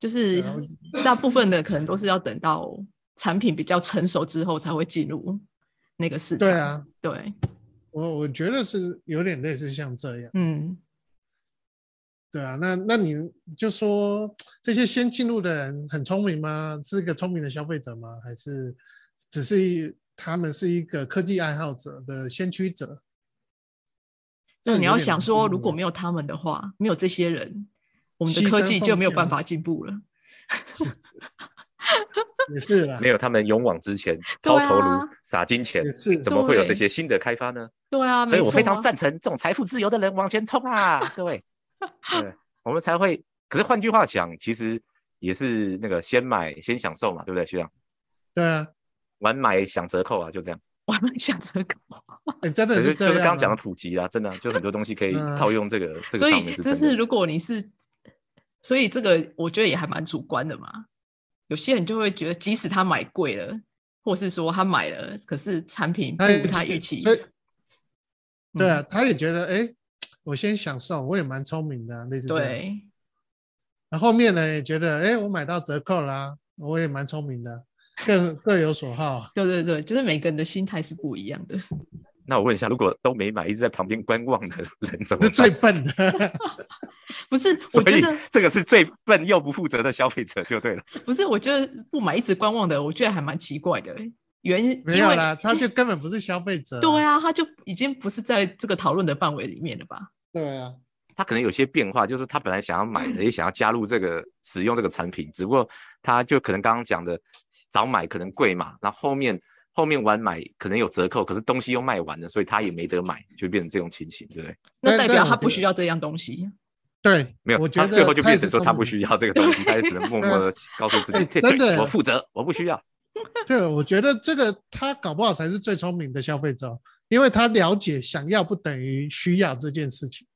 [SPEAKER 2] 就是
[SPEAKER 1] 然后
[SPEAKER 2] 大部分的可能都是要等到产品比较成熟之后才会进入那个市场。
[SPEAKER 1] 对啊，
[SPEAKER 2] 对，
[SPEAKER 1] 我我觉得是有点类似像这样，
[SPEAKER 2] 嗯，
[SPEAKER 1] 对啊。那那你就说这些先进入的人很聪明吗？是一个聪明的消费者吗？还是只是他们是一个科技爱好者的先驱者？
[SPEAKER 2] 那你要想说，
[SPEAKER 1] 这有点难定义
[SPEAKER 2] 如果没有他们的话，没有这些人，我们的
[SPEAKER 1] 牺
[SPEAKER 2] 科
[SPEAKER 1] 牲
[SPEAKER 2] 技
[SPEAKER 1] 奉
[SPEAKER 2] 就没有
[SPEAKER 1] 献
[SPEAKER 2] 办法进步了。
[SPEAKER 1] 也是啦，
[SPEAKER 3] 没有他们勇往直前，
[SPEAKER 2] 嗯对
[SPEAKER 3] 抛
[SPEAKER 2] 啊
[SPEAKER 3] 头颅洒金钱
[SPEAKER 1] 也，是
[SPEAKER 3] 怎么会有
[SPEAKER 2] 对
[SPEAKER 3] 这些新的开发呢？
[SPEAKER 2] 对啊，
[SPEAKER 3] 所以
[SPEAKER 2] 没
[SPEAKER 3] 我非
[SPEAKER 2] 错
[SPEAKER 3] 常
[SPEAKER 2] 啊
[SPEAKER 3] 赞成这种财富自由的人往前冲啊！各位，对，我们才会。可是换句话讲，其实也是那个先买先享受嘛，对不对，学长？
[SPEAKER 1] 对啊，
[SPEAKER 3] 晚买享折扣啊，就这样。
[SPEAKER 2] 我们想这个。
[SPEAKER 1] 哎、真
[SPEAKER 3] 可
[SPEAKER 1] 的
[SPEAKER 3] 是
[SPEAKER 1] 这
[SPEAKER 3] 就
[SPEAKER 1] 样、啊。
[SPEAKER 3] 是刚刚讲的普及啦，真的啊就很多东西可以
[SPEAKER 1] 嗯
[SPEAKER 3] 套用这个这个
[SPEAKER 2] 所
[SPEAKER 3] 上
[SPEAKER 2] 以
[SPEAKER 3] 面是
[SPEAKER 2] 就
[SPEAKER 3] 真
[SPEAKER 2] 是
[SPEAKER 3] 的。
[SPEAKER 2] 如果你是所以这个我觉得也还蛮主观的嘛。有些人就会觉得，即使他买贵了，或是说他买了，可是产品不
[SPEAKER 1] 他也
[SPEAKER 2] 如他
[SPEAKER 1] 觉
[SPEAKER 2] 预期，
[SPEAKER 1] 所以哎对啊，
[SPEAKER 2] 嗯
[SPEAKER 1] 他也觉得哎、诶我先享受，我也蛮聪明的、啊，类似这样。
[SPEAKER 2] 对
[SPEAKER 1] 然后后面呢也觉得哎、诶我买到折扣啦、我也蛮聪明的，各各有所好。啊
[SPEAKER 2] 对对对，就是每个人的心态是不一样的。
[SPEAKER 3] 那我问一下，如果都没买，一直在旁边观望的人怎么
[SPEAKER 1] 这
[SPEAKER 3] 办？
[SPEAKER 1] 最
[SPEAKER 3] (laughs)
[SPEAKER 1] 笨的，
[SPEAKER 2] 不是，我
[SPEAKER 3] 所
[SPEAKER 2] 觉
[SPEAKER 3] 以
[SPEAKER 2] 得
[SPEAKER 3] 这个是最笨又不负责的消费者就对了。
[SPEAKER 2] 不是，我觉得不买一直观望的，我觉得还蛮奇怪的。原因
[SPEAKER 1] 没
[SPEAKER 2] 因
[SPEAKER 1] 有
[SPEAKER 2] 为
[SPEAKER 1] 啦，他就根本不是消费者。
[SPEAKER 2] (laughs) 对，啊，他就已经不是在这个讨论的范围里面了吧？
[SPEAKER 1] 对啊，
[SPEAKER 3] 他可能有些变化，就是他本来想要买
[SPEAKER 1] 嗯
[SPEAKER 3] 的，也想要加入这个使用这个产品，只不过他就可能刚刚讲的早买可能贵嘛，然后后面后面晚买可能有折扣，可是东西又卖完了，所以他也没得买，就变成这种情形，对不对？
[SPEAKER 2] 那
[SPEAKER 1] 但
[SPEAKER 2] 代
[SPEAKER 1] 但
[SPEAKER 2] 表
[SPEAKER 1] 我
[SPEAKER 2] 他
[SPEAKER 1] 觉
[SPEAKER 2] 不
[SPEAKER 1] 得
[SPEAKER 2] 需要这样东西。
[SPEAKER 1] 对，
[SPEAKER 3] 没有，
[SPEAKER 1] 我觉
[SPEAKER 3] 他
[SPEAKER 1] 得
[SPEAKER 3] 最后就变
[SPEAKER 1] 也
[SPEAKER 3] 成
[SPEAKER 1] 是
[SPEAKER 3] 说他
[SPEAKER 1] 聪
[SPEAKER 3] 不
[SPEAKER 1] 明
[SPEAKER 3] 需要这个东西，他也只能
[SPEAKER 1] (laughs)
[SPEAKER 3] 默默的告诉自己，
[SPEAKER 1] 哎
[SPEAKER 3] 对
[SPEAKER 1] 真的
[SPEAKER 3] 我负责，我不需要。
[SPEAKER 1] 对，我觉得这个他搞不好才是最聪明的消费者，因为他了解想要不等于需要这件事情，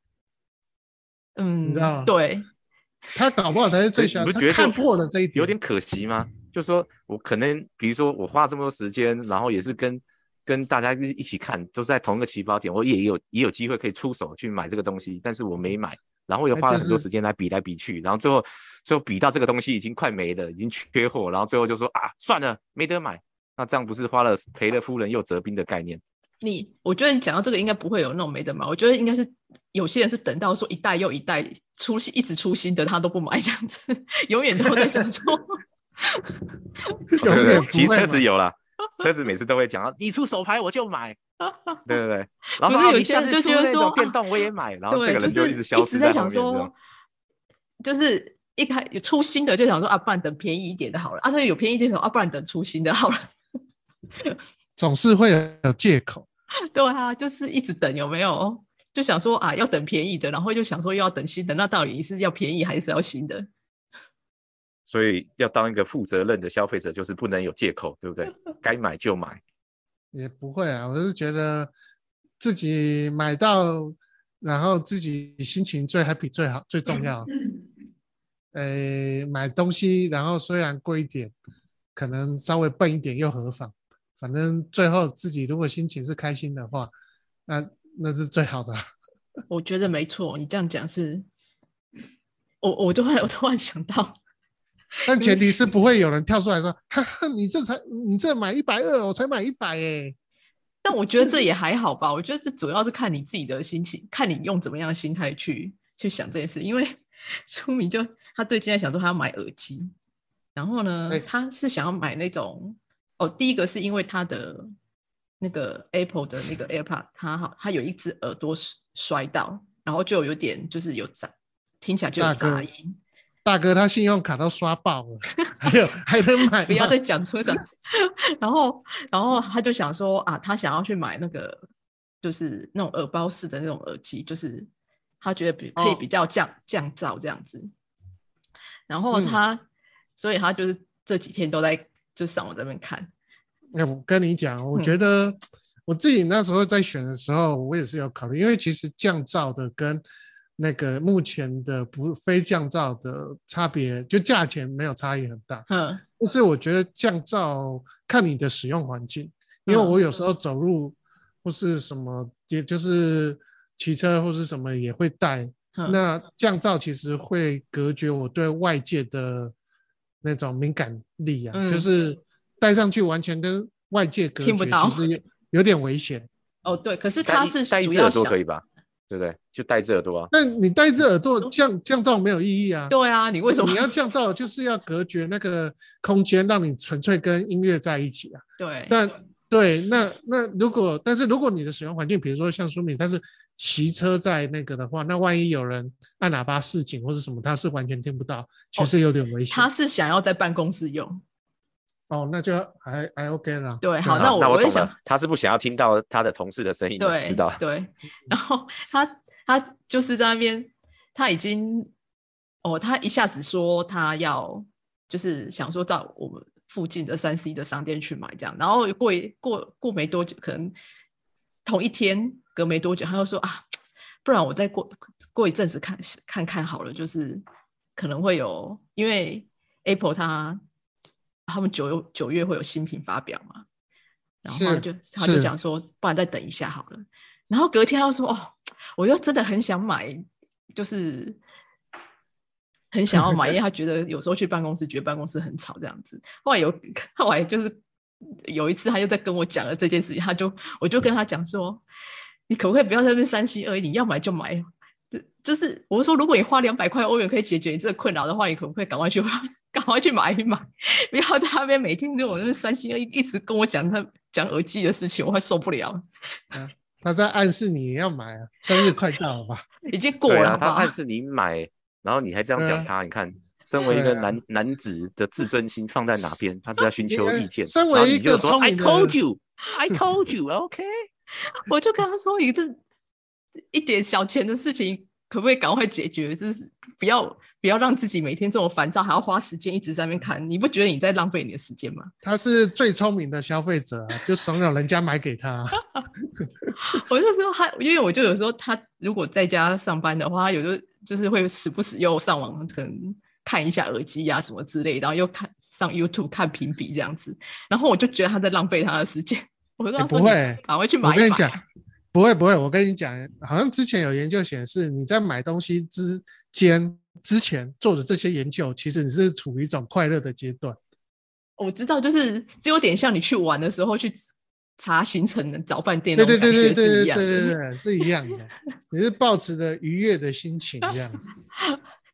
[SPEAKER 2] 嗯，
[SPEAKER 1] 知道吗
[SPEAKER 2] 对，
[SPEAKER 1] 他搞不好才是最
[SPEAKER 3] 所
[SPEAKER 1] 想
[SPEAKER 3] 以
[SPEAKER 1] 要，
[SPEAKER 3] 哎你
[SPEAKER 1] 他
[SPEAKER 3] 不觉得
[SPEAKER 1] 看
[SPEAKER 3] 这
[SPEAKER 1] 破了这一点，
[SPEAKER 3] 有点可惜吗？就说我可能，比如说我花这么多时间，然后也是跟跟大家一一起看，都是在同一个起跑点，我也有也有机会可以出手去买这个东西，但是我没买，然后又
[SPEAKER 1] 哎
[SPEAKER 3] 花了
[SPEAKER 1] 就
[SPEAKER 3] 很多
[SPEAKER 1] 是
[SPEAKER 3] 时间来比来比去，然后最后最后比到这个东西已经快没了，已经缺货，然后最后就说啊，算了，没得买。那这样不是花了赔了夫人又折兵的概念？
[SPEAKER 2] 你，我觉得你讲到这个应该不会有那种没得买，我觉得应该是有些人是等到说一代又一代出新一直出新的，他都不买这样子，永远都在讲说
[SPEAKER 1] 永
[SPEAKER 3] 哦对
[SPEAKER 1] 远
[SPEAKER 3] 对，
[SPEAKER 1] 不
[SPEAKER 3] 骑
[SPEAKER 1] 会
[SPEAKER 3] 车
[SPEAKER 1] 嘛
[SPEAKER 3] 子 (laughs) 有啦，车子每次都会讲啊，你出手牌我就
[SPEAKER 2] (laughs)
[SPEAKER 3] 买，对对对。然后
[SPEAKER 2] 不是
[SPEAKER 3] 说啊
[SPEAKER 2] 有
[SPEAKER 3] 你
[SPEAKER 2] 些
[SPEAKER 3] 下
[SPEAKER 2] 人
[SPEAKER 3] 次
[SPEAKER 2] 就
[SPEAKER 3] 出
[SPEAKER 2] 觉得
[SPEAKER 3] 那种
[SPEAKER 2] 说
[SPEAKER 3] 电
[SPEAKER 2] 啊
[SPEAKER 3] 动我也买， (laughs) 然后
[SPEAKER 2] 对，
[SPEAKER 3] 这个人
[SPEAKER 2] 就
[SPEAKER 3] 就是一直消失
[SPEAKER 2] 在
[SPEAKER 3] 后
[SPEAKER 2] 想
[SPEAKER 3] 面这样
[SPEAKER 2] 说。，就是一开有出新的就想说啊，不然等便宜一点的好了啊，那有便宜一点的啊，不然等出新的好了。 (laughs)
[SPEAKER 1] 总是会有借口。
[SPEAKER 2] 对啊，就是一直等有没有？就想说啊，要等便宜的，然后就想说又要等新的，那到底是要便宜还是要新的？
[SPEAKER 3] 所以要当一个负责任的消费者，就是不能有借口，对
[SPEAKER 2] (laughs)
[SPEAKER 3] 不对？该买就买。
[SPEAKER 1] 也不会啊，我是觉得自己买到，然后自己心情最 happy 最好最重要。
[SPEAKER 2] 嗯
[SPEAKER 1] 呃，买东西然后虽然贵一点，可能稍微笨一点又何妨？反正最后自己如果心情是开心的话，那那是最好的啊。
[SPEAKER 2] 我觉得没错，你这样讲是，我我突然我突然想到，
[SPEAKER 1] 但前提是不会有人跳出来说：“哈哈，你这才你这买一百二，我才买一百哎。
[SPEAKER 2] 但我觉得这也还好吧。我觉得这主要是看你自己的心情，看你用怎么样的心态去去想这件事。因为 (laughs) 书明就他最近在想说他要买耳机，然后呢，
[SPEAKER 1] 哎
[SPEAKER 2] 他是想要买那种哦，第一个是因为他的那个 Apple 的那个 AirPod，他好，他有一只耳朵摔摔到，然后就有点就是有杂，听起来就有
[SPEAKER 1] 大哥
[SPEAKER 2] 杂音。
[SPEAKER 1] 大哥，他信用卡都刷爆了，还有还能买吗？
[SPEAKER 2] 不要再讲出什么。 (laughs) 然后，然后他就想说啊，他想要去买那个，就是那种耳包式的那种耳机，就是他觉得比可以
[SPEAKER 1] 哦
[SPEAKER 2] 比较降、降噪这样子。然后
[SPEAKER 1] 嗯
[SPEAKER 2] 他，所以他就是这几天都在就上网这边看，
[SPEAKER 1] 哎、我跟你讲，我
[SPEAKER 2] 嗯
[SPEAKER 1] 觉得我自己那时候在选的时候，我也是有考虑，因为其实降噪的跟那个目前的不非降噪的差别，就价钱没有差异很大。
[SPEAKER 2] 嗯，
[SPEAKER 1] 但是我觉得降噪看你的使用环境，因为
[SPEAKER 2] 嗯
[SPEAKER 1] 我有时候走路或是什么，也就是骑车或是什么也会带，
[SPEAKER 2] 嗯
[SPEAKER 1] 那降噪其实会隔绝我对外界的那种敏感力啊，
[SPEAKER 2] 嗯
[SPEAKER 1] 就是戴上去完全跟外界隔绝，
[SPEAKER 2] 听不到
[SPEAKER 1] 其实有有点危险。
[SPEAKER 2] 哦对，可是
[SPEAKER 3] 戴
[SPEAKER 2] 他
[SPEAKER 3] 一
[SPEAKER 2] 是
[SPEAKER 3] 戴一
[SPEAKER 2] 主
[SPEAKER 3] 只
[SPEAKER 2] 要
[SPEAKER 3] 耳朵
[SPEAKER 2] 想
[SPEAKER 3] 可以吧？对不对？就戴一只耳朵啊。
[SPEAKER 1] 但你戴着耳朵降降噪没有意义啊。
[SPEAKER 2] 哦对啊，你为什么
[SPEAKER 1] 你要降噪，就是要隔绝那个空间，让你纯粹跟音乐在一起啊。
[SPEAKER 2] 对
[SPEAKER 1] 那对，那那如果，但是如果你的使用环境，比如说像苏敏，但是骑车在那个的话，那万一有人按喇叭示警或者什么，他是完全听不到，其
[SPEAKER 2] 哦
[SPEAKER 1] 实有点危险。
[SPEAKER 2] 他是想要在办公室用？
[SPEAKER 1] 哦，那就还还 OK 啦。
[SPEAKER 2] 对好
[SPEAKER 1] 啊
[SPEAKER 2] 那我
[SPEAKER 3] 那
[SPEAKER 2] 我
[SPEAKER 3] 我
[SPEAKER 2] 也
[SPEAKER 3] 懂
[SPEAKER 2] 想
[SPEAKER 3] 了，他是不想要听到他的同事的声音的，
[SPEAKER 2] 对，
[SPEAKER 3] 知道。
[SPEAKER 2] 对，然后他他就是在那边，他已经哦，他一下子说他要就是想说到我们附近的三 C 的商店去买这样，然后过一过过没多久，可能同一天隔没多久，他又说啊，不然我再过过一阵子看看看好了，就是可能会有，因为 Apple 它他们九九月会有新品发表嘛，然后他
[SPEAKER 1] 是
[SPEAKER 2] 就他就是讲说，不然再等一下好了。然后隔天他又说，哦，我又真的很想买，就是很想要买，因为他觉得有时候去办公室觉得办公室很吵这样子。后来有后来就是有一次，他又在跟我讲了这件事情，他就我就跟他讲说，你可不可以不要在那边三心二意，你要买就买。就就是我说，如果你花两百块欧元可以解决你这个困扰的话，你可不可以赶快去 (laughs) 赶快去买一买？不要在那边每天对我那边三心二意，一直跟我讲他讲耳机的事情，我快受不了。
[SPEAKER 1] 他在暗示你要买啊，生日快到了吧？
[SPEAKER 2] 已经过
[SPEAKER 3] 对
[SPEAKER 2] 了
[SPEAKER 3] 啊，
[SPEAKER 2] 好不
[SPEAKER 3] 他
[SPEAKER 2] 好，
[SPEAKER 3] 暗示你买，然后你还这样
[SPEAKER 1] 对啊
[SPEAKER 3] 讲他，你看，身为一
[SPEAKER 1] 对
[SPEAKER 3] 个
[SPEAKER 1] 啊
[SPEAKER 3] 男男子的自尊心放在哪边？他是在寻
[SPEAKER 1] 你
[SPEAKER 3] 求
[SPEAKER 1] 看
[SPEAKER 3] 意见，
[SPEAKER 1] 身
[SPEAKER 3] 然后
[SPEAKER 1] 为
[SPEAKER 3] 你
[SPEAKER 1] 一个
[SPEAKER 3] 就说
[SPEAKER 1] 聪
[SPEAKER 3] I
[SPEAKER 1] 明的
[SPEAKER 3] told you,
[SPEAKER 1] (laughs)
[SPEAKER 3] I told you, OK。
[SPEAKER 2] 我就跟他说，一这一点小钱的事情，可不可以赶快解决？就是不要不要让自己每天这种烦躁，还要花时间一直在那边看，你不觉得你在浪费你的时间吗？
[SPEAKER 1] 他是最聪明的消费者啊，就怂恿人家买给
[SPEAKER 2] (laughs)
[SPEAKER 1] 他。啊哎
[SPEAKER 2] 我就说他，因为我就有时候他如果在家上班的话，他有时候就是会时不时又上网可能看一下耳机啊呀、什么之类，然后又看上 YouTube 看评比这样子，然后我就觉得他在浪费他的时间。 (laughs) 我就跟
[SPEAKER 1] 欸
[SPEAKER 2] 他说、
[SPEAKER 1] 不会
[SPEAKER 2] 你赶快去买
[SPEAKER 1] 我
[SPEAKER 2] 一买。
[SPEAKER 1] 跟你讲，不会不会，我跟你讲，好像之前有研究显示，你在买东西之间之前做的这些研究，其实你是处于一种快乐的阶段。
[SPEAKER 2] 我知道，就是只有点像你去玩的时候去查行程的找饭店那
[SPEAKER 1] 对
[SPEAKER 2] 种
[SPEAKER 1] 对对对
[SPEAKER 2] 感觉
[SPEAKER 1] 对
[SPEAKER 2] 是
[SPEAKER 1] 对
[SPEAKER 2] 一
[SPEAKER 1] 对
[SPEAKER 2] 样
[SPEAKER 1] 对
[SPEAKER 2] 的，
[SPEAKER 1] 对，是一样的。你是抱持着愉悦的心情这样子。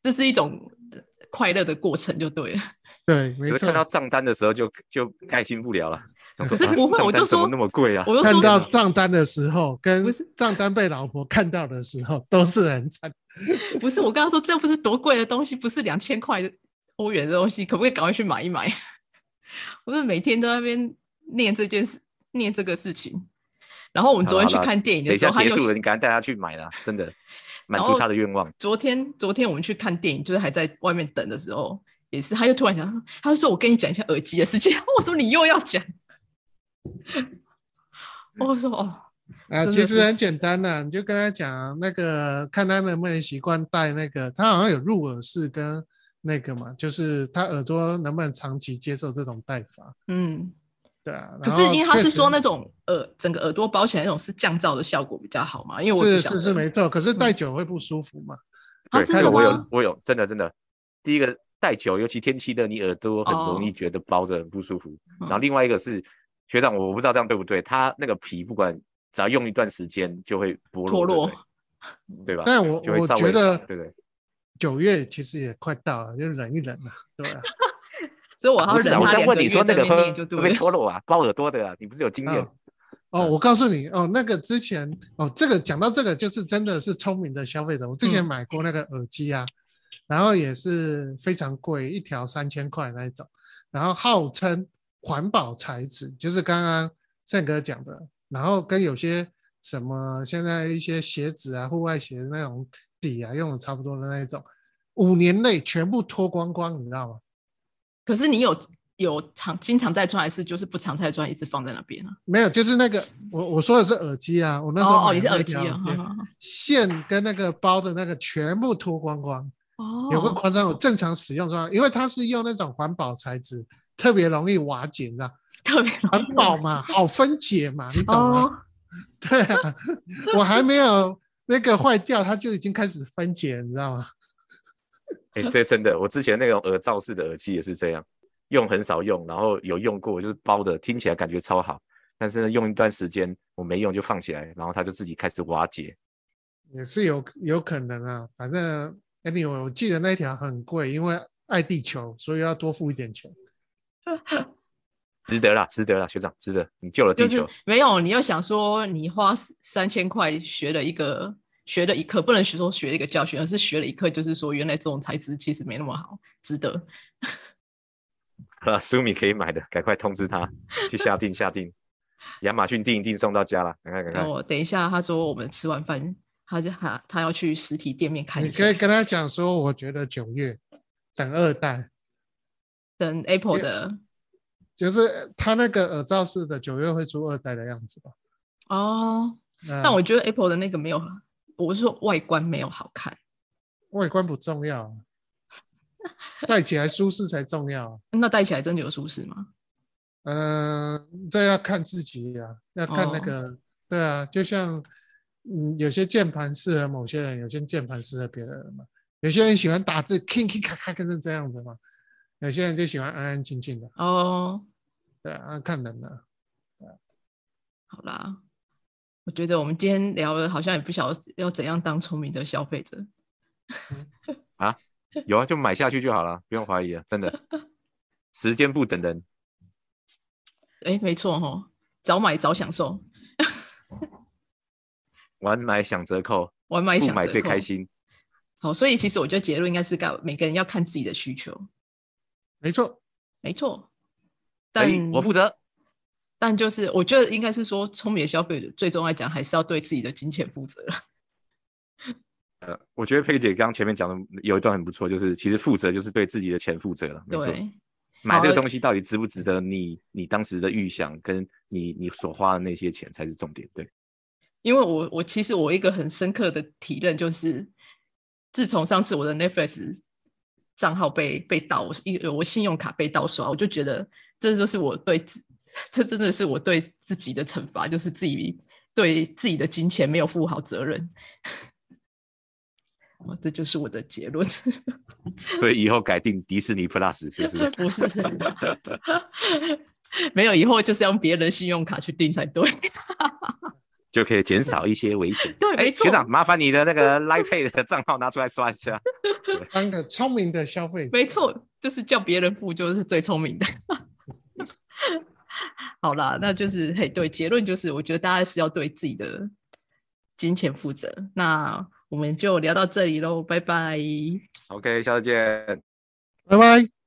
[SPEAKER 2] 这是一种呃快乐的过程就对了。
[SPEAKER 1] 对，
[SPEAKER 3] 可
[SPEAKER 1] 没
[SPEAKER 3] 是
[SPEAKER 1] 错
[SPEAKER 3] 看。到账单的时候就就开心不
[SPEAKER 1] (laughs)
[SPEAKER 3] 了了，想说
[SPEAKER 2] 可是
[SPEAKER 3] 啊
[SPEAKER 2] 不会
[SPEAKER 3] 账
[SPEAKER 2] 我
[SPEAKER 3] 单
[SPEAKER 2] 就
[SPEAKER 3] 怎么
[SPEAKER 2] 说
[SPEAKER 3] 那么贵啊？
[SPEAKER 2] 我就
[SPEAKER 1] 看
[SPEAKER 2] 说
[SPEAKER 1] 到账单的时候，跟
[SPEAKER 2] 不是
[SPEAKER 1] 账单被老婆看到的时候， (laughs) 都是很惨。
[SPEAKER 2] (laughs) 不是，我刚刚说这不是多贵的东西，不是两千块的欧元的东西，可不可以赶快去买一买？ (laughs) 我是每天都在那边念这件事，念这个事情。然后我们昨天去
[SPEAKER 3] 好啦
[SPEAKER 2] 看电影
[SPEAKER 3] 等
[SPEAKER 2] 的
[SPEAKER 3] 一
[SPEAKER 2] 时
[SPEAKER 3] 下
[SPEAKER 2] 候，他
[SPEAKER 3] 结
[SPEAKER 2] 又
[SPEAKER 3] 束了，你赶快带他去买啦，真的满
[SPEAKER 2] 然
[SPEAKER 3] 足
[SPEAKER 2] 后
[SPEAKER 3] 他的愿望。
[SPEAKER 2] 昨天昨天我们去看电影，就是还在外面等的时候，也是他又突然想说，他就说我跟你讲一下耳机的事情。 (laughs) 我说你又要讲，我说哦，
[SPEAKER 1] 啊，
[SPEAKER 2] 真
[SPEAKER 1] 其
[SPEAKER 2] 的
[SPEAKER 1] 实
[SPEAKER 2] 是
[SPEAKER 1] 很简单啦，你就跟他讲啊那个，看他能不能习惯戴那个，他好像有入耳式跟那个嘛，就是他耳朵能不能长期接受这种戴法？
[SPEAKER 2] 嗯，
[SPEAKER 1] 对啊，
[SPEAKER 2] 可
[SPEAKER 1] 然
[SPEAKER 2] 是
[SPEAKER 1] 后
[SPEAKER 2] 因为他
[SPEAKER 1] 确
[SPEAKER 2] 是
[SPEAKER 1] 实
[SPEAKER 2] 说那种耳整个耳朵包起来那种是降噪的效果比较好嘛，因为我
[SPEAKER 1] 是
[SPEAKER 2] 也不晓
[SPEAKER 1] 是
[SPEAKER 2] 得
[SPEAKER 1] 是没错，
[SPEAKER 2] 嗯
[SPEAKER 1] 可是戴久会不舒服嘛？
[SPEAKER 2] 啊
[SPEAKER 3] 对，
[SPEAKER 2] 真
[SPEAKER 3] 这
[SPEAKER 2] 的
[SPEAKER 3] 个我有
[SPEAKER 2] 吗？
[SPEAKER 3] 我有真的真的，第一个戴久，尤其天气热，你耳朵很容易
[SPEAKER 2] 哦
[SPEAKER 3] 觉得包着很不舒服。
[SPEAKER 2] 嗯
[SPEAKER 3] 然后另外一个是学长，我不知道这样对不对，他那个皮不管只要用一段时间就会剥
[SPEAKER 2] 脱
[SPEAKER 3] 落，对
[SPEAKER 2] 落
[SPEAKER 3] 不对，对吧？
[SPEAKER 1] 但我
[SPEAKER 3] 就会
[SPEAKER 1] 我
[SPEAKER 3] 稍
[SPEAKER 1] 觉
[SPEAKER 3] 微
[SPEAKER 1] 得
[SPEAKER 3] 对对，
[SPEAKER 1] 九月其实也快到了，就忍一忍了，对啊，
[SPEAKER 2] 所以我要
[SPEAKER 3] 不是啊，
[SPEAKER 2] 忍
[SPEAKER 3] 我
[SPEAKER 2] 他
[SPEAKER 3] 是要
[SPEAKER 2] 两
[SPEAKER 3] 问
[SPEAKER 2] 个
[SPEAKER 3] 你
[SPEAKER 2] 月
[SPEAKER 3] 说
[SPEAKER 2] 在
[SPEAKER 3] 那个
[SPEAKER 2] 那边
[SPEAKER 3] 会
[SPEAKER 2] 念就
[SPEAKER 3] 会
[SPEAKER 2] 对了
[SPEAKER 3] 不会脱落啊，包耳朵的啊，你不是有经验
[SPEAKER 1] 嗯？哦，我告诉你哦，那个之前哦，这个讲到这个就是真的是聪明的消费者。我之前
[SPEAKER 2] 嗯
[SPEAKER 1] 买过那个耳机啊，然后也是非常贵，一条三千块那一种，然后号称环保材质，就是刚刚胜哥讲的，然后跟有些什么现在一些鞋子啊、户外鞋那种底啊用的差不多的那一种，五年内全部脱光光，你知道吗？
[SPEAKER 2] 可是你有有常经常在穿，还是就是不常在穿，一直放在那边啊？
[SPEAKER 1] 没有，就是那个我我说的是耳机啊，我那时候
[SPEAKER 2] 哦哦，
[SPEAKER 1] 买
[SPEAKER 2] 你是
[SPEAKER 1] 的那
[SPEAKER 2] 耳机
[SPEAKER 1] 条
[SPEAKER 2] 啊？好好好
[SPEAKER 1] 线跟那个包的那个全部脱光光，
[SPEAKER 2] 哦，
[SPEAKER 1] 有个夸张，有正常使用状况，因为它是用那种环保材质，特别容易瓦解，你知道，
[SPEAKER 2] 特别容易
[SPEAKER 1] 环保
[SPEAKER 2] (laughs)
[SPEAKER 1] 嘛，好分解嘛，你懂吗？
[SPEAKER 2] 哦
[SPEAKER 1] 对啊，我还没有那个坏掉，它就已经开始分解，你知道吗？
[SPEAKER 3] 哎、这真的，我之前那种耳罩式的耳机也是这样，用很少用，然后有用过，就是包的，听起来感觉超好，但是呢，用一段时间我没用就放起来，然后它就自己开始瓦解。
[SPEAKER 1] 也是有有可能啊，反正 anyway，我记得那一条很贵，因为爱地球，所以要多付一点钱。
[SPEAKER 3] 值得啦，值得啦，学长，值得，你救了地
[SPEAKER 2] 就
[SPEAKER 3] 球。
[SPEAKER 2] 是没有，你又想说你花三千块学了一个学了一课，不能说学了一个教训，而是学了一课，就是说原来这种材质其实没那么好，值得。
[SPEAKER 3] 啊， (laughs) 苏米可以买的，赶快通知他去下
[SPEAKER 2] (laughs)
[SPEAKER 3] 定下定，亚马逊订一订送到家了，赶快赶
[SPEAKER 2] 然
[SPEAKER 3] 快
[SPEAKER 2] 后。我等一下，他说我们吃完饭，他就他他要去实体店面看
[SPEAKER 1] 你
[SPEAKER 2] 一
[SPEAKER 1] 可
[SPEAKER 2] 下
[SPEAKER 1] 以，跟他讲说，我觉得九月等二代。
[SPEAKER 2] 等 Apple 的
[SPEAKER 1] 就是他那个耳罩式的九月会出二代的样子吧？
[SPEAKER 2] 哦。
[SPEAKER 3] 嗯
[SPEAKER 1] 那
[SPEAKER 2] 但我觉得 Apple 的那个没有，我是说外观没有好看。
[SPEAKER 1] 外观不重要，戴起来舒适才重要啊。
[SPEAKER 2] 那戴起来真的有舒适吗？
[SPEAKER 1] 嗯，这要看自己呀、要看那
[SPEAKER 2] 哦
[SPEAKER 1] 个，对啊，就像嗯，有些键盘适合某些人，有些键盘适合别的人嘛。有些人喜欢打字，咔咔咔咔，跟着这样子嘛。有些人就喜欢安安静静的，
[SPEAKER 2] 哦，
[SPEAKER 1] 对啊，看人了。
[SPEAKER 2] 好啦，我觉得我们今天聊了，好像也不晓得要怎样当聪明的消费者。
[SPEAKER 3] 有啊，就买下去就好了，不用怀疑了，
[SPEAKER 2] (laughs)
[SPEAKER 3] 真的。时间不等人，
[SPEAKER 2] 哎，没错哦，早买早享受，
[SPEAKER 3] 晚买享折扣，
[SPEAKER 2] 晚买
[SPEAKER 3] 不
[SPEAKER 2] 享
[SPEAKER 3] 买
[SPEAKER 2] 折
[SPEAKER 3] 最开
[SPEAKER 2] 扣。
[SPEAKER 3] 心。哎
[SPEAKER 2] 好，所以其实我觉得结论应该是干，每个人要看自己的需求，
[SPEAKER 1] 没错，
[SPEAKER 2] 没错。
[SPEAKER 3] 哎
[SPEAKER 2] 但、，
[SPEAKER 3] 我负责。
[SPEAKER 2] 但就是我觉得应该是说，聪明的消费者最终来讲还是要对自己的金钱负责。
[SPEAKER 3] 呃，我觉得佩姐刚刚前面讲的有一段很不错，就是其实负责就是对自己的钱负责了，没错。
[SPEAKER 2] 对，
[SPEAKER 3] 买这个
[SPEAKER 2] 好
[SPEAKER 3] 东西到底值不值得你你当时的预想，跟你你所花的那些钱才是重点。对，
[SPEAKER 2] 因为我我其实我一个很深刻的体认就是，自从上次我的 Netflix 账号被被盗，我一我信用卡被盗刷，我就觉得这就是我对自 (laughs) 这真的是我对自己的惩罚，就是自己对自己的金钱没有负好责任。哦，这就是我的结论，
[SPEAKER 3] 所以以后改定迪士尼 Plus 是不是？
[SPEAKER 2] 不是 (laughs) 没有以后就是要用别人信用卡去订才对。。
[SPEAKER 3] 就可以减少一些危险
[SPEAKER 2] 对，(laughs)
[SPEAKER 3] 哎、
[SPEAKER 2] 没错，
[SPEAKER 3] 学长，麻烦你的那个 Line Pay 的账号拿出来刷一下。
[SPEAKER 1] 当个聪明的消费者。
[SPEAKER 2] 没错，就是叫别人付就是最聪明的。 (laughs) 好啦，那就是嘿，对，结论就是，我觉得大家是要对自己的金钱负责。那我们就聊到这里喽，拜拜。
[SPEAKER 3] OK，下次见。
[SPEAKER 1] 拜拜。